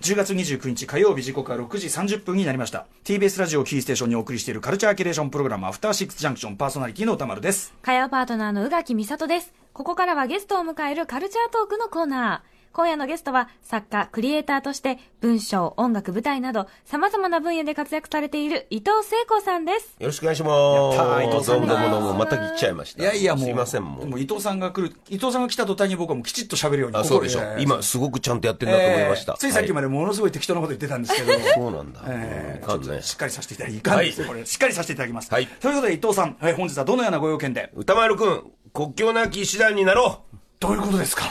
10月29日火曜日時刻は6時30分になりました TBS ラジオキーステーションにお送りしているカルチャーキュレーションプログラム「アフターシックスジャンクション」パーソナリティの歌丸です火曜パートナーの宇垣美里です。ここからはゲストを迎えるカルチャートークのコーナー。今夜のゲストは作家、クリエイターとして文章、音楽、舞台など様々な分野で活躍されている伊藤聖子さんです。よろしくお願いしまやったー伊藤す。さどうんもでごどうざいまもすどうも、また来ちゃいました。いやいやもうすいません、もでう。も伊藤さんが来る伊藤さんが来た途端に僕はもうきちっと喋るようにあ、そうでしょここ。今、すごくちゃんとやってるなと思いました。えーついさっきまで。でものすごい適当なこと言ってたんですけど、そうなんだ。えーうんかんねしっかりさせていただきいかんですよ、はいこれしっかりさせていただきます、はいということで伊藤さん、えー本日はどのようなご用件で歌丸くん、国境なき医師団になろうどういうことです か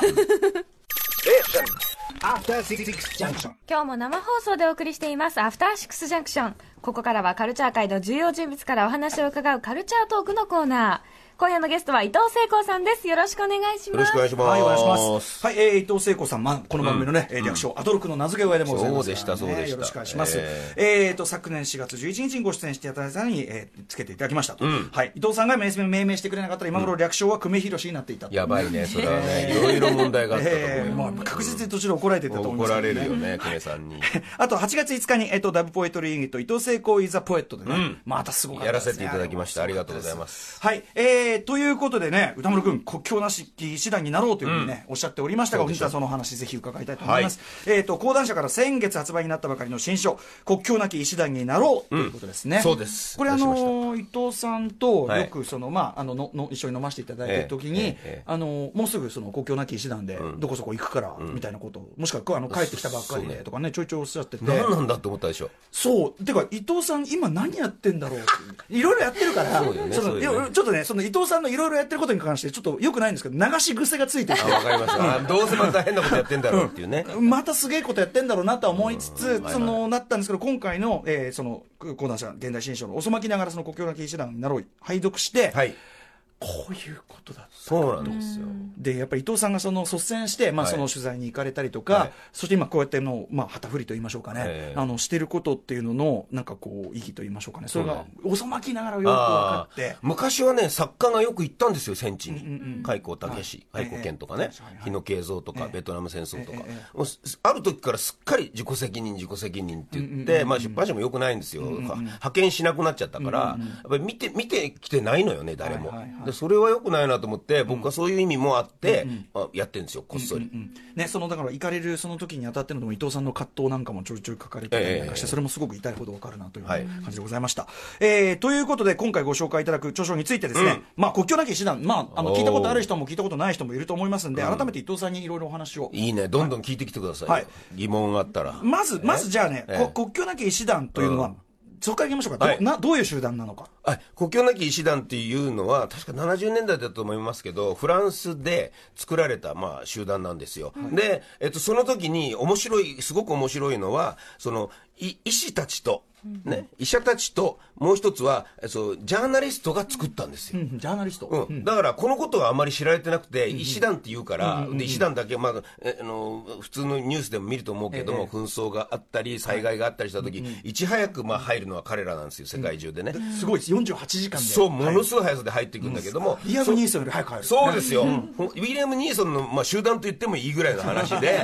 After Six Junction. 今日も生放送でお送りしています、アフターシックスジャンクション。ここからはカルチャー界の重要人物からお話を伺うカルチャートークのコーナー。今夜のゲストは伊藤聖子さんです。よろしくお願いしよまろしすくお。願いします。はい、お願いします。はい、えー、伊藤聖子さん、まあ、この番組のね、えー略称、アドロクの名付け親でもございますからね。そうでしたそうでしたよろしくお願いします。ええーと、昨年4月11日にご出演していただいたのに、えーつけていただきましたと。はい、伊藤さんが命名命名してくれなかったら、今頃略称は久米宏になっていたと。やばいね、それはね、いろいろ問題があったとえー、思まあ、確実に途中で怒られてたとう思いよ。ま怒すけどらねれるよね、久米さんに。あと8月5日に、えっと、ダブポエトリーユニット伊藤聖子イザポエットでね、またすごかったです、ね、やらせていただきましたありがとうございますはいえー、ということでね歌丸君国境なし騎士団になろうというふうにね、おっしゃっておりましたが本日はそのお話ぜひ伺いたいと思います、えっ、と講談社から先月発売になったばかりの新書「国境なき医師団になろう」ということですね、うんそうですこれあ出しまの伊藤さんとはいよくその、まああののの一緒に飲ませていただいてる時に、ええええあのもうすぐその国境なき医師団でどこそこ行くから、みたいなことをもしくはあの帰ってきたばっかりでとかねちょいちょいおっしゃってて何なんだって思ったでしょ。そうてか伊藤さん今何やってんだろうっていういろいろやってるから そうよねそのそうよねちょっとねその伊藤さんのいろいろやってることに関してちょっとよくないんですけど流し癖がついてるあ、わかりました。あどうせまた変なことやってんだろうっていうね。またすげえことやってんだろうなとは思いつつ、はいそのなったんですけど今回の、えーその講談社現代新書の「遅まきながらその国境なき医師団になろう」拝読して、はい。こういうことだそうなんですよ。でやっぱり伊藤さんがその率先して、まあ、はいその取材に行かれたりとか、はいそして今こうやっての、まあ、旗振りと言いましょうかね、ええあのしてることっていうののなんかこう意義と言いましょうかねそれそうがね遅まきながらよく分あかっーて。昔はね作家がよく行ったんですよ戦地うんうんうんに開口武志はい開口健とかねはいはい日野慶三とえかえベトナム戦争とかえええもうすある時からすっかり自己責任自己責任って言ってまあ出版社もよくないんですよは派遣しなくなっちゃったからやっぱり見て見てきてないのよね誰もはいはいはいでそれはよくないなと思って僕はそういう意味もあってあやってるんですよこっそりうんね、そのだから行かれるその時に当たってのでも伊藤さんの葛藤なんかもちょいちょい書かれてたりなんかして、ええそれもすごく痛いほど分かるなというはい感じでございました。えーということで今回ご紹介いただく著書についてですね、まあ、国境なき医師団、まあ、あの聞いたことある人も聞いたことない人もいると思いますんで、改めて伊藤さんにいろいろお話をいいねどんどん聞いてきてくださはいい疑問があったらまず、まずじゃあね、えこ国境なき医師団というのは、うんそこからいきましょうか、はいどな、どういう集団なのか、はい国境なき医師団っていうのは、確か70年代だと思いますけど、フランスで作られた、まあ、集団なんですよ。で、えっと、その時に面白い、すごく面白いのは、その、い医師たちと、ね、医者たちと、もう一つは、えそう、ジャーナリストが作ったんですよ。うんジャーナリスト、うん、だからこのことがあまり知られてなくて、医師団って言うから、で医師団だけ、まあえあの、普通のニュースでも見ると思うけども、紛争があったり、災害があったりした時、いち早くまあ入るのは彼らなんですよ、世界中でね。すごいです、48時間で、そう、ものすごい速さで入っていくんだけども、リアム・ニーソンより早く入る、そうですよ、ウィリアム・ニーソンの、まあ、集団と言ってもいいぐらいの話 で、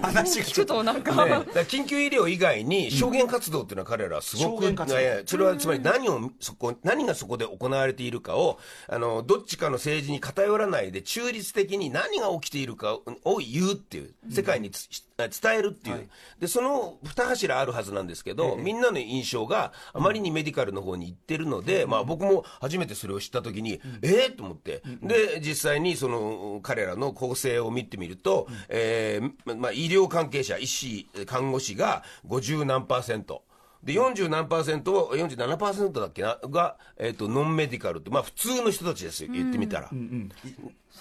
話がちょっとなんねだか、から緊急医療以外に、証言活動っていうのは彼らはすご証く、言活動ええそれはつまり何をそこ、何がそこで行われているかを、あのどっちかの政治に偏らないで、中立的に何が起きているかを言うっていう、世界につ伝えるっていう、で、その二柱あるはずなんですけど、みんなの印象があまりにメディカルの方に行ってるので、まあ、僕も初めてそれを知った時に、ええと思って、で実際にその彼らの構成を見てみると、えーままあ、医療関係者医師看護師が50何パーセントで40何パーセント47%だっけなが、えー、とノンメディカルって、まあ、普通の人たちですよ言ってみたら、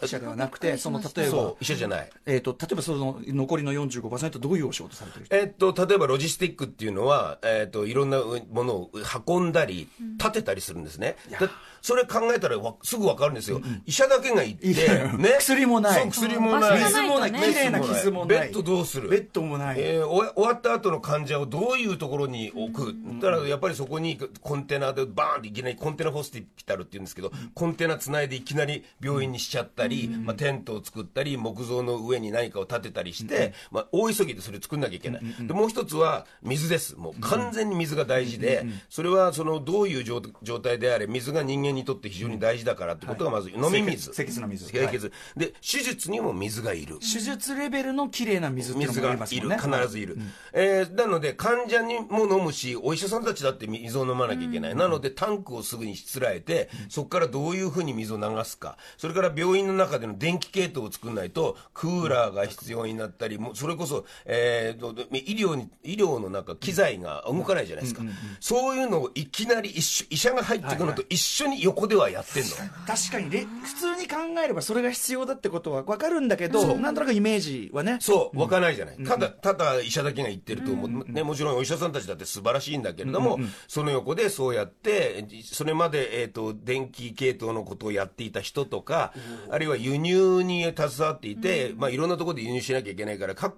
医者ではなくて、その例えばそう、医者じゃない。えー、と例えばその残りの45%、どういうお仕事されてる人、えっと、例えばロジスティックっていうのは、えっと、いろんなうものを運んだり、立てたりするんですね。だそれ考えたらわすぐわかるんですよ。医者だけが行って、いやね。薬もないそう薬もな場い。所がないとね水綺麗な傷もないベッドどうするベッドもないえー終わ終わった後の患者をどういうところに置く。だからやっぱりそこにコンテナでバーンっていきなりコンテナホスピタルって言うんですけど、コンテナつないでいきなり病院にしちゃったったり、まあ、テントを作ったり木造の上に何かを建てたりして、まあ、大急ぎでそれ作んなきゃいけない、でもう一つは水ですもう完全に水が大事で、それはそのどういう状状態であれ水が人間にとって非常に大事だからってことがまず、飲み水清潔清潔な水清潔で手術にも水がいる手術レベルの綺麗な水っていうの水もあがりますいもんる、ね必ずいる、えーなので、患者にも飲むし、お医者さんたちだって水を飲まなきゃいけない、なので、タンクをすぐにしつらえて、そこからどういうふうに水を流すか、それから病院の中での電気系統を作らないと、クーラーが必要になったり、もうそれこそ、えーどど医療に医療の中、機材が動かないじゃないですか、そういうのをいきなり一緒医者が入ってくのと一緒に横ではやってんの。確かにれ普通に考えればそれが必要だってことは分かるんだけどなんとなくイメージはねそう、湧かないじゃない、ただ、ただ医者だけが言ってると思う、ね、もちろんお医者さんたちだって素晴らしいんだけれども、その横でそうやって、それまで、えー、と電気系統のことをやっていた人とか、あるいは輸入に携わっていて、まあ、いろんなところで輸入しなきゃいけないから、各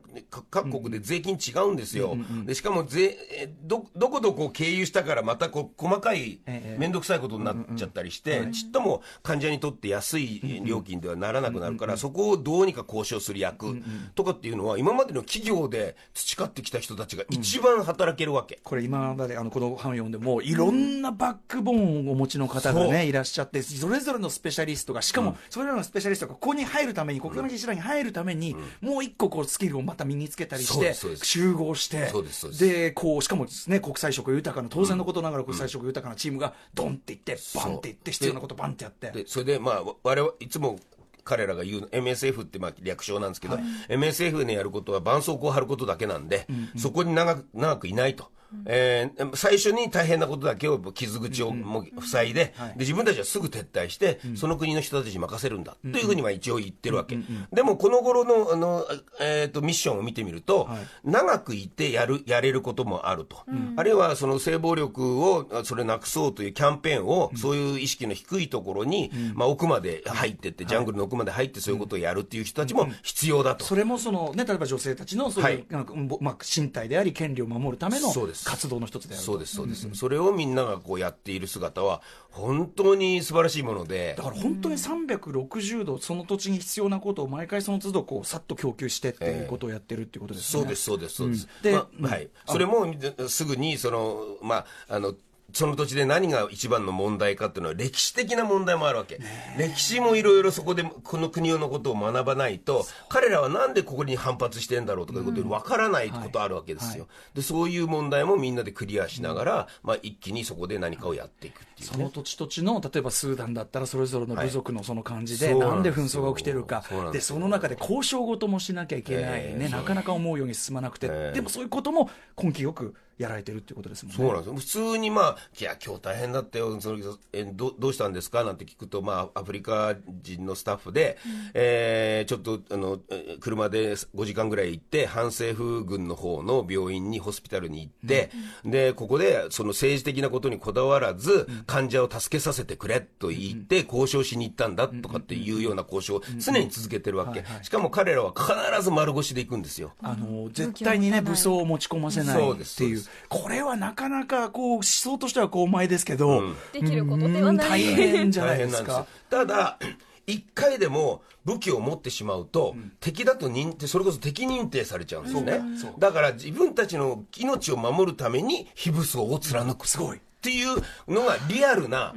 各国で税金違うんですよ、でしかも税えーど、どこどこを経由したから、またこう細かい、面倒くさいことになっちゃったりして、ちっとも患者にとって安い料金ではならなくなるから、そこをどうにか交渉する役とかっていうのは、今までの企業で培ってきた人たちが一番働けるわけ。これ今まであのこの本読んでもいろんなバックボーンをお持ちの方がそうねいらっしゃってそれぞれのスペシャリストがしかもそれらのスペシャリストがここに入るために国境なき医師団に入るためにもう一個こうスキルをまた身につけたりしそうてですそうです集合してそうですそうですでこうしかもですね国際色豊かな当然のことながら国際色豊かなチームがドンっていってバンっていって必要なことバンってやってでそれで、まあ、わ我々いつも彼らが言う MSF ってまあ略称なんですけど、MSF にやることは絆創膏を貼ることだけなんで、そこに長く長くいないと。えー最初に大変なことだけを傷口をもう塞いで,、で自分たちはすぐ撤退して、その国の人たちに任せるんだというふうには一応言ってるわけ、でもこの頃のあの、えー、とミッションを見てみると、長くいてやるやれることもあると、あるいはその性暴力をあそれなくそうというキャンペーンを、そういう意識の低いところに、まあ、奥まで入ってって、ジャングルの奥まで入って、そういうことをやるっていう人たちも必要だと。それもその、ね、例えば女性たちのそういう、はいなんかまあ、身体であり、権利を守るためのそうです活動の一つであるそうです、そうです、それをみんながこうやっている姿は、本当に素晴らしいものでだ、から本当に360度、その土地に必要なことを毎回その都度こうさっと供給してっていうことをやってるっていうことですね。そうです、そうです、そうです。でまうんはい。それも、すぐに、その、まあ、あの、その土地で何が一番の問題かっていうのは歴史的な問題もあるわけ。歴史もいろいろそこで、この国のことを学ばないと、彼らはなんでここに反発してんだろうとかいうことに分からないことあるわけですよ。で、そういう問題もみんなでクリアしながら、まあ一気にそこで何かをやっていくっていうね。その土地土地の例えばスーダンだったらそれぞれの部族のその感じで、そうなんですなよんで紛争が起きてるかそうなんでですそよの中で交渉事もしなきゃいけない、ねなかなか思うように進まなくて、でもそういうことも根気よくやられてるっていうことですもんね。そうなんですよ。普通にまあ、いや、今日大変だったよ、そのえどどうしたんですかなんて聞くと、まあ、アフリカ人のスタッフで、えーちょっとあのえー車で5時間ぐらい行って、反政府軍の方の病院に、ホスピタルに行って、で、ここでその政治的なことにこだわらず、患者を助けさせてくれと言って、交渉しに行ったんだとかっていうような交渉を常に続けてるわけ。しかも彼らは必ず丸腰で行くんですよ。あの絶対にね、武装を持ち込ませないそうっですていうそこれはなかなかこう思想としてはこう前ですけど、できることではない。大変じゃないですか。大変なんですよただ 一回でも武器を持ってしまうと、敵だと認定それこそ敵認定されちゃうんですねだから自分たちの命を守るために非武装を貫くすごいっていうのがリアルな、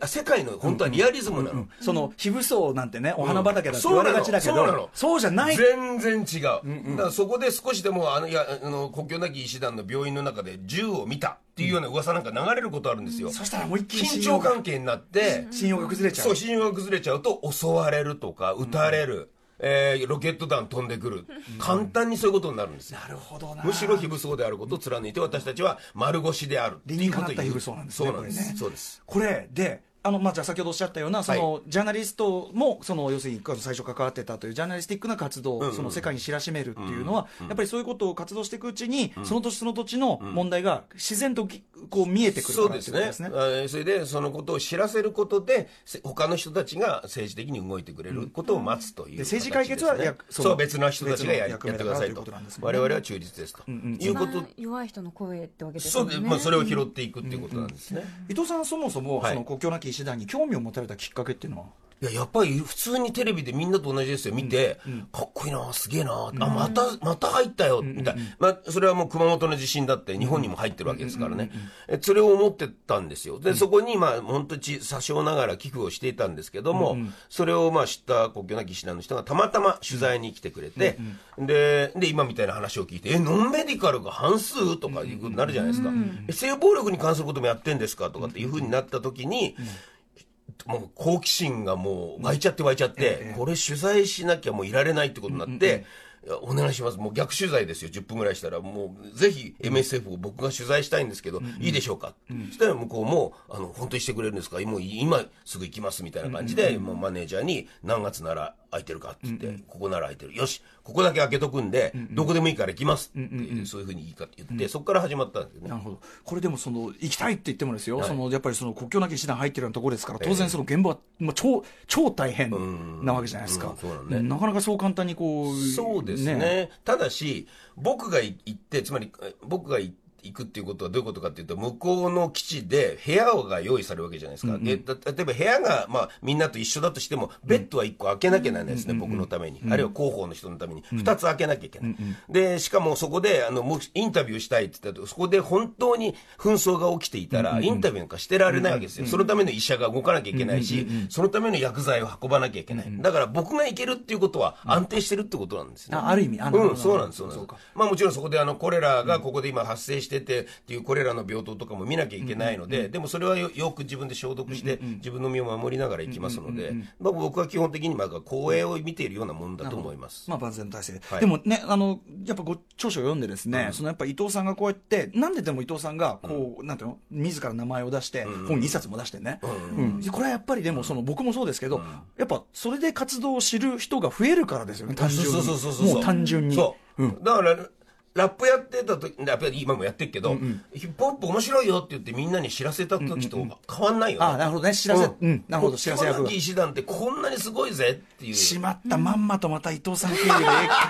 あ世界の本当はリアリズムなの、その非武装なんてね、お花畑だってそう言わなのれがちだけど、そうなのそうじゃない、全然違う、だからそこで少しでもあのいやあの国境なき医師団の病院の中で銃を見たっていうような噂なんか流れることあるんですよ、そしたらもう一気に緊信張用が関係になって、信用が崩れちゃそうう、信用が崩れちゃうと、襲われるとか、撃たれる、えーロケット弾飛んでくる、簡単にそういうことになるんですよ。なるほどな、むしろ非武装であることを貫いて、私たちは丸腰であるって理いにうこかなっとをた言う非武装なんですね、そうなんでこれねす。そうです。これであのまあ、じゃあ先ほどおっしゃったようなその、ジャーナリストもその要するに最初関わってたというジャーナリスティックな活動を、その世界に知らしめるっていうのは、やっぱりそういうことを活動していくうちに、その土地その土地の問題が自然とぎこう見えてくるそかうらでってすいうことねですね。えーそれでそのことを知らせることでせ他の人たちが政治的に動いてくれることを待つという、で政治解決は形ですねやそそうう別の人たちがややっ別ての役目だかくだらさいというとことなんですもん我ね々は中立ですと、いうこと一番弱い人の声ってわけですそようで、ね。まあ、それを拾っていくっていうことなんですね、伊藤さん、そもそもはいその国境なき医師団に興味を持たれたきっかけっていうのは、いや、やっぱり普通にテレビでみんなと同じですよ、見て、かっこいいな、すげえな、あ、また、また入ったよ、みたいな。まあ、それはもう熊本の地震だって、日本にも入ってるわけですからね。えそれを思ってたんですよ。で、そこに、まあ、本当に差しながら寄付をしていたんですけども、それを、まあ、知った国境なき医師団の人がたまたま取材に来てくれて、で、で、今みたいな話を聞いて、え、ノンメディカルが半数とかいうことになるじゃないですか。え性暴力に関することもやってんですかとかっていうふうになった時に、もう好奇心がもう湧いちゃって湧いちゃって、これ取材しなきゃもういられないってことになって、いやお願いします。もう逆取材ですよ。10分ぐらいしたら、もうぜひ MSF を僕が取材したいんですけど、いいでしょうか、そしたら向こうも、あの、本当にしてくれるんですかもう今すぐ行きますみたいな感じで、もうマネージャーに何月なら空いてるかって言って、ここなら空いてる。よし、ここだけ開けとくんで、どこでもいいから行きますって、そういうふうに言いか言って、そこから始まったんですよね。なるほどこれでもその行きたいって言ってもですよ、そのやっぱりその国境なき医師団入ってるようなところですから、当然、その現場は、まあ、超超大変なわけじゃないですか、うんそうなんだねなかなかそう簡単にこう、そうですね。ただし、僕がい行って、つまりえ僕がい行くっていうことはどういうことかっていうと、向こうの基地で部屋が用意されるわけじゃないですか。でた例えば部屋が、まあ、みんなと一緒だとしても、ベッドは1個開けなきゃならないですね、僕のために。あるいは広報の人のために、2つ開けなきゃいけない。で、しかもそこで、あの、もうインタビューしたいって言ったと、そこで本当に紛争が起きていたら、インタビューなんかしてられないわけですよ。そのための医者が動かなきゃいけないし、そのための薬剤を運ばなきゃいけない。だから僕が行けるっていうことは安定してるってことなんですね。あある意味あなるほどうん、そうなんです、そうなんです。まあもちろんそこであの、コレラがここで今発生しててっていうコレラの病棟とかも見なきゃいけないので、でもそれはよよく自分で消毒して、自分の身を守りながら行きますので、まあ僕は基本的にまあ公営を見ているようなもんだと思います。まあ、万全の体制、はいでもね、あのやっぱご著書を読んで、ですね、そのやっぱ伊藤さんがこうやって、なんででも伊藤さんがこう、なんていうの、自ら名前を出して、本に一冊も出してね、うんこれはやっぱりでもその、僕もそうですけど、やっぱそれで活動を知る人が増えるからですよね、単純に。そうそうそうそうそうもう単純に。そう、だからラップやってた時ラップ今もやってるけど、ヒップホップ面白いよって言ってみんなに知らせた時と変わんないよね、あなるほどね知らせうんなるほど知らせ役ヒップホップ師団ってこんなにすごいぜっていうしまったまんまとまた伊藤さん経由で、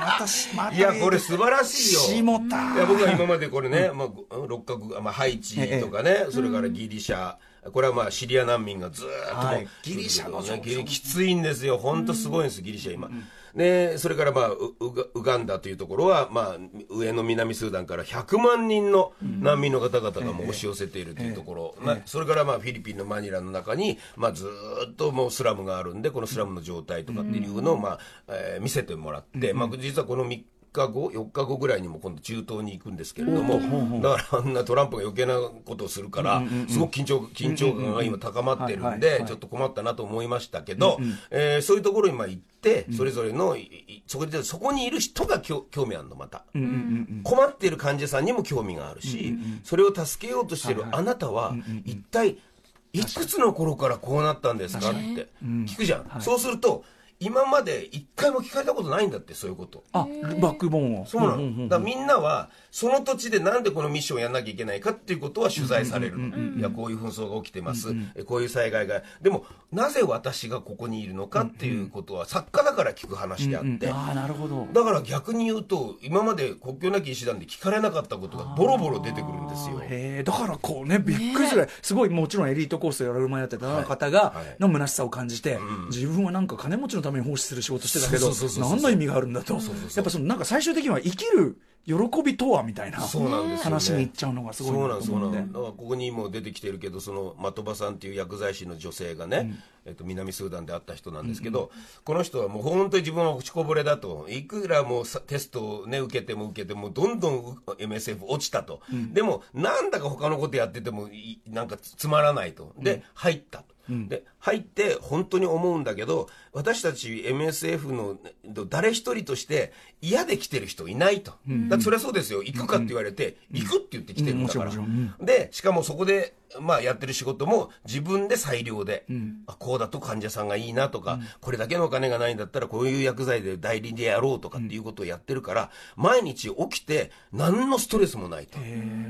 またし、また。いや、これ素晴らしいよ。下田いや、僕は今までこれね、まあご、六角、まあ、ハイチとかね、それからギリシャ、これはまあ、シリア難民がずーっとこう、はいギリシャの状況ギリきついんですよ。本当すごいんです、ギリシャ今。で、それからまあ、ウウガウガンダというところは、まあ、上の南スーダンから100万人の難民の方々がもう押し寄せているというところ、まあ、それからまあ、フィリピンのマニラの中に、まあ、ずーっともうスラムがあるんで、このスラムの状態とかっていうのを、まあ、えー見せてもらって、まあ、実はこの3 4日後、4日後ぐらいにも今度中東に行くんですけれども、だからあんなトランプが余計なことをするから、すごく緊張、緊張感が今高まってるんはいはいでは、いちょっと困ったなと思いましたけど、えーそういうところにまあ行って、それぞれの、いいそこで、そこにいる人が興興味あるの、また。困っている患者さんにも興味があるし、それを助けようとしているあなたは、一体、いくつの頃からこうなったんですかって聞くじゃん。そうすると、今まで一回も聞かれたことないんだって、そういうこと。あ、バックボーンを。そうなの。だからみんなは、その土地でなんでこのミッションをやんなきゃいけないかっていうことは取材されるの。いや、こういう紛争が起きてます。えこういう災害が。でも、なぜ私がここにいるのかっていうことは、作家だから聞く話であって。ああ、なるほど。だから逆に言うと、今まで国境なき医師団で聞かれなかったことがボロボロ出てくるんですよ。へえだからこうねびっくりするぐらいすごいもちろんエリートコースやられる前だった方がはいの虚しさを感じて、自分はなんか金持ちのために奉仕する仕事してたけどそうそうそうそうそう何の意味があるんだとやっぱそのなんか最終的には生きる喜びとはみたいなそうなんですよね話にいっちゃうのがすごいそなうなんとそうな思んっだてからここにも出てきてるけどその的場さんっていう薬剤師の女性がね、えっと、南スーダンで会った人なんですけど、この人はもう本当に自分は落ちこぼれだといくらもうさテストを、ね、受けても受けてもどんどんう MSF 落ちたと、でもなんだか他のことやっててもいなんかつまらないとで、入ったと。で入って本当に思うんだけど私たち MSF のど誰一人として嫌で来てる人いないと、だってそれはそうですよ行くかって言われて、行くって言ってきてるんだから、うんもちろんもちろんうんで、しかもそこで、まあやってる仕事も自分で裁量で、あこうだと患者さんがいいなとか、これだけのお金がないんだったらこういう薬剤で代理でやろうとかっていうことをやってるから、毎日起きて何のストレスもないと。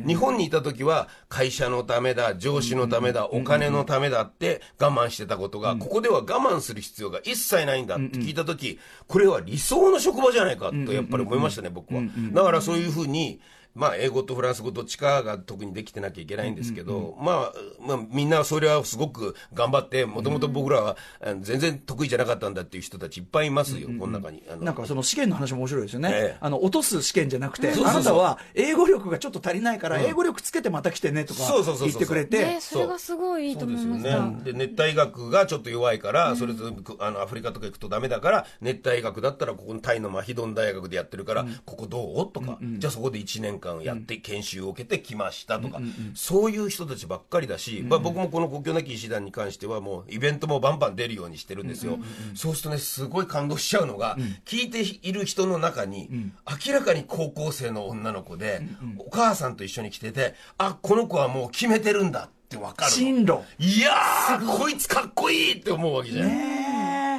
日本にいた時は会社のためだ、上司のためだ、お金のためだって我慢してたことが、ここでは我慢する必要が一切ないんだって聞いた時、これは理想の職場じゃないかとやっぱり思いましたね、僕は。だからそういうふうに、まあ、英語とフランス語どっちかが特にできてなきゃいけないんですけど、まあ、まあ、みんなそれはすごく頑張って、もともと僕らは、あの全然得意じゃなかったんだっていう人たちいっぱいいますよ、この中に。あのなんかその試験の話も面白いですよね、ええあの落とす試験じゃなくて、そうそうそうあなたは英語力がちょっと足りないから、英語力つけてまた来てねとかそうそうそうそう言ってくれてね、、それがすごいいいとそう思でいすよましねた。。で、熱帯医学がちょっと弱いから、それぞれくあのアフリカとか行くとダメだから、熱帯医学だったら、ここのタイのマヒドン大学でやってるから、ここどうとか、じゃあそこで1年間やって、研修を受けてきましたとか、そういう人たちばっかりだし、まあ、僕もこの国境なき医師団に関しては、もうイベントもバンバン出るようにしてるんですよ。そうするとね、すごい感動しちゃうのが、聞いている人の中に、明らかに高校生の女の子で、お母さんと一緒に来てて、あ、この子はもう決めてるんだ。ってわかるの進路。いやーこいつかっこいいって思うわけじゃん、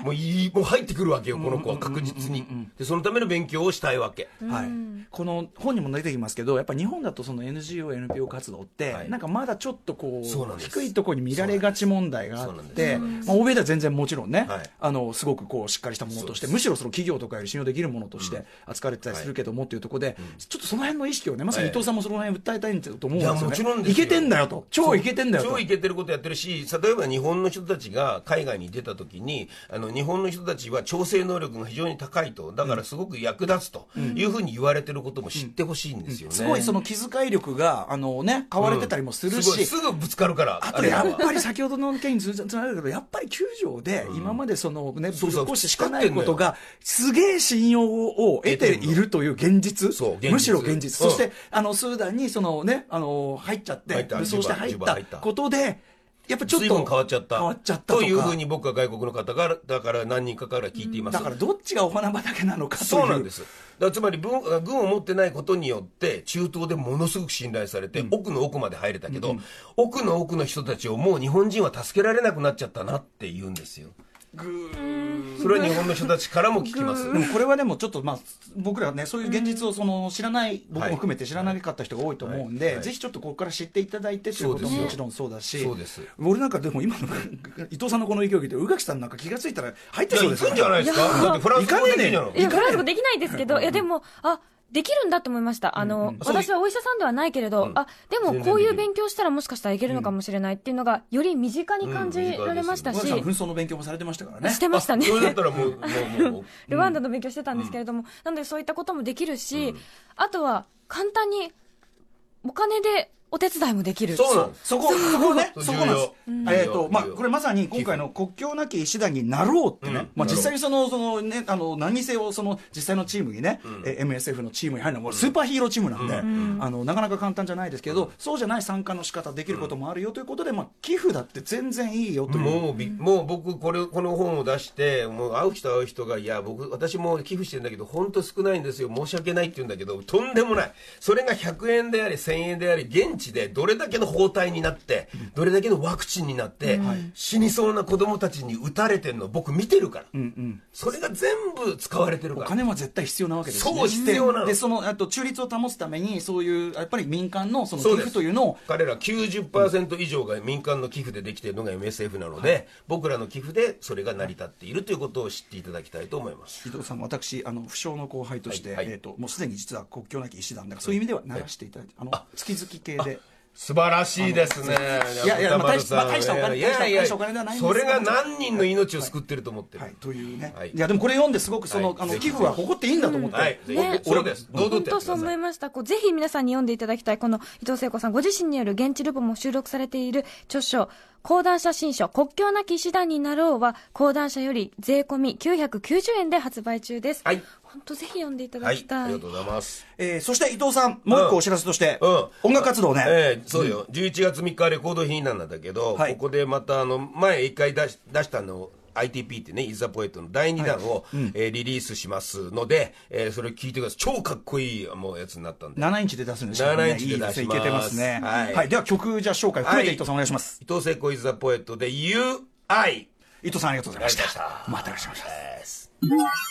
もういいもう入ってくるわけよこの子は確実にでそのための勉強をしたいわけはい、この本にも出てきますけど、やっぱ日本だとその NGO、NPO 活動って、はいなんかまだちょっとこそうなんうです低いところに見られがち問題があそうっなんですて、まあ、欧米では全然もちろんね、はいあのすごくこうしっかりしたものとして、むしろその企業とかより信用できるものとして扱われてたりするけどもっていうところで、ちょっとその辺の意識をね、まさに伊藤さんもその辺訴えたいんだと思うんですよ、ね、いやもちろんですよいけてんだよと、超いけてんだよ超とイ。ケてることやってるし例えば日本の人たちが海外に出た時にあの日本の人たちは調整能力が非常に高いとだからすごく役立つというふうに言われてることも知ってほしいんですよね、すごいその気遣い力が、あのね、買われてたりもするし、ごいすぐぶつかるからあとやっぱり先ほどの件につながるけど、やっぱり球場で今までそのね、そう武そ力行う使してないことが、すげえ信用を得ているという現実そう、現実むしろ現実、うそんしてあのスーダンにそのね、あの入っちゃって、入った武装して入っジュバジュバ入ったたことで、やっぱちょっと随分変わっちゃった。変わっちゃったというふかうに僕は外国の方から、だから何人かから聞いています。だからどっちがお花畑なのかという、そうなんです。だからつまり軍軍を持ってないことによって、中東でものすごく信頼されて、奥の奥まで入れたけど、奥の奥の人たちをもう日本人は助けられなくなっちゃったなって言うんですよ。それは日本の人たちからも聞きます。でもこれはでもちょっとまあ僕らねそういう現実をその知らない僕も含めて知らなかった人が多いと思うんで、はいぜひちょっとここから知っていただいてということそうですもよもちろんそうだしそうです俺なんかでも今の伊藤さんのこの勢い聞いて宇垣さんなんか気がついたら入っていや、そう行ですよくんじゃないですかだってフランス語できるじゃ行かねえ。んねいや、フランス語できないですけど、いや、でも、あ、できるんだと思いました。あの、そう私はお医者さんではないけれど、あ、で全然でもきるこういう勉強したらもしかしたらいけるのかもしれないっていうのが、より身近に感じられました宇し垣、さん紛争の勉強もされてましたからねしてましたねあ。それだったらもう、もう、もう。 ルワンダの勉強してたんですけれども、なのでそういったこともできるし、あとは簡単にお金でお手伝いもできる。そうなんです。そこ、そこね、そうそこなんです。重要えっと、まあ、重要これまさに今回の国境なき医師団になろうってうんね、まあなろう実際にその、そのね、あの、何にせよ、その、実際のチームにね、え MSF のチームに入るのはもうスーパーヒーローチームなんで、あの、なかなか簡単じゃないですけど、そうじゃない参加の仕方できることもあるよということで、まあ、寄付だって全然いいよという。もうびもう僕これこの本を出してもう会う人会う人がいや僕私も寄付してんだけど本当少ないんですよ申し訳ないって言うんだけどとんでもないそれが100円であり1000円であり現地でどれだけの包帯になってどれだけのワクチンになって、死にそうな子供たちに打たれてるの僕見てるから、それが全部使われてるおから金は絶対必要なわけですねそう必要なので、その、あと、中立を保つために、そういう、やっぱり民間の、その、寄そうで付すというのを、彼ら90%以上が民間の寄付でできているのが MSF なので、僕らの寄付でそれが成り立っているということを知っていただきたいと思います伊藤さん、私、あの不詳の後輩として、はいはいえっ、と、もうすでに実は国境なき医師団だから、そういう意味では流していただいて、あの、月々系で。素晴らしいですね。いやいや中丸さんまあ大したまあ大したお金いやいや大したお金ではないんですそけどれが何人の命を救ってると思ってる。はい、というね、はい、いやでもこれ読んですごくその、はいあのぜひ寄付は誇っていいんだと思って、はねい。ぜひそうです。堂々本とや当ってくそうだ思さいい。ましたこうぜひ皆さんに読んでいただきたいこの伊藤聖子さんご自身による現地ルポも収録されている著書講談社新書国境なき医師団になろうは講談社より税込み990円で発売中ですはい本当ぜひ読んでいたはだきい。たい、ありがとうございます。えーそして伊藤さんもう一個お知らせとして、うん音楽活動ね、ええそうよ。11月3日はレコード日なんだけど、はいここでまた、あの、前一回出し出したのを、ITP ってね、イザポエットの第2弾を、えーリリースしますので、えーそれ聞いてください。超かっこいいもうやつになったんで。 7インチで出すんでしたね7インチで出しますいいですねいけてますね、ははいいでは曲じゃあ紹介含めてはい伊藤さんお願いします、伊藤聖子イザポエットで UI。伊藤さんありがとうございましたありがとうございましたまたよろしくお願いします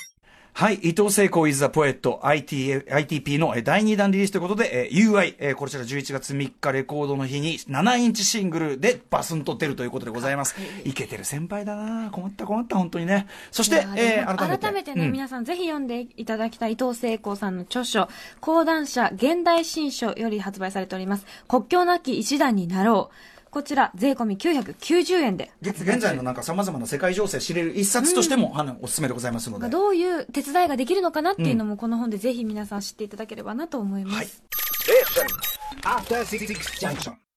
はい、伊藤聖光 is the poet IT ITP のえー第2弾リリースということで、えー UI、えーこちら11月3日レコードの日に7インチシングルでバスンと出るということでございます。いけてる先輩だな困った困った、本当にね。そしいてや、えでもー改めて。ね、うん皆さんぜひ読んでいただきたい伊藤聖光さんの著書、講談社現代新書より発売されております、国境なき一段になろう。こちら、税込み990円で。現現在のなんか様々な世界情勢知れる一冊としても、あのおすすめでございますので。どういう手伝いができるのかなっていうのも、この本でぜひ皆さん知っていただければなと思います。はい After Six Junction.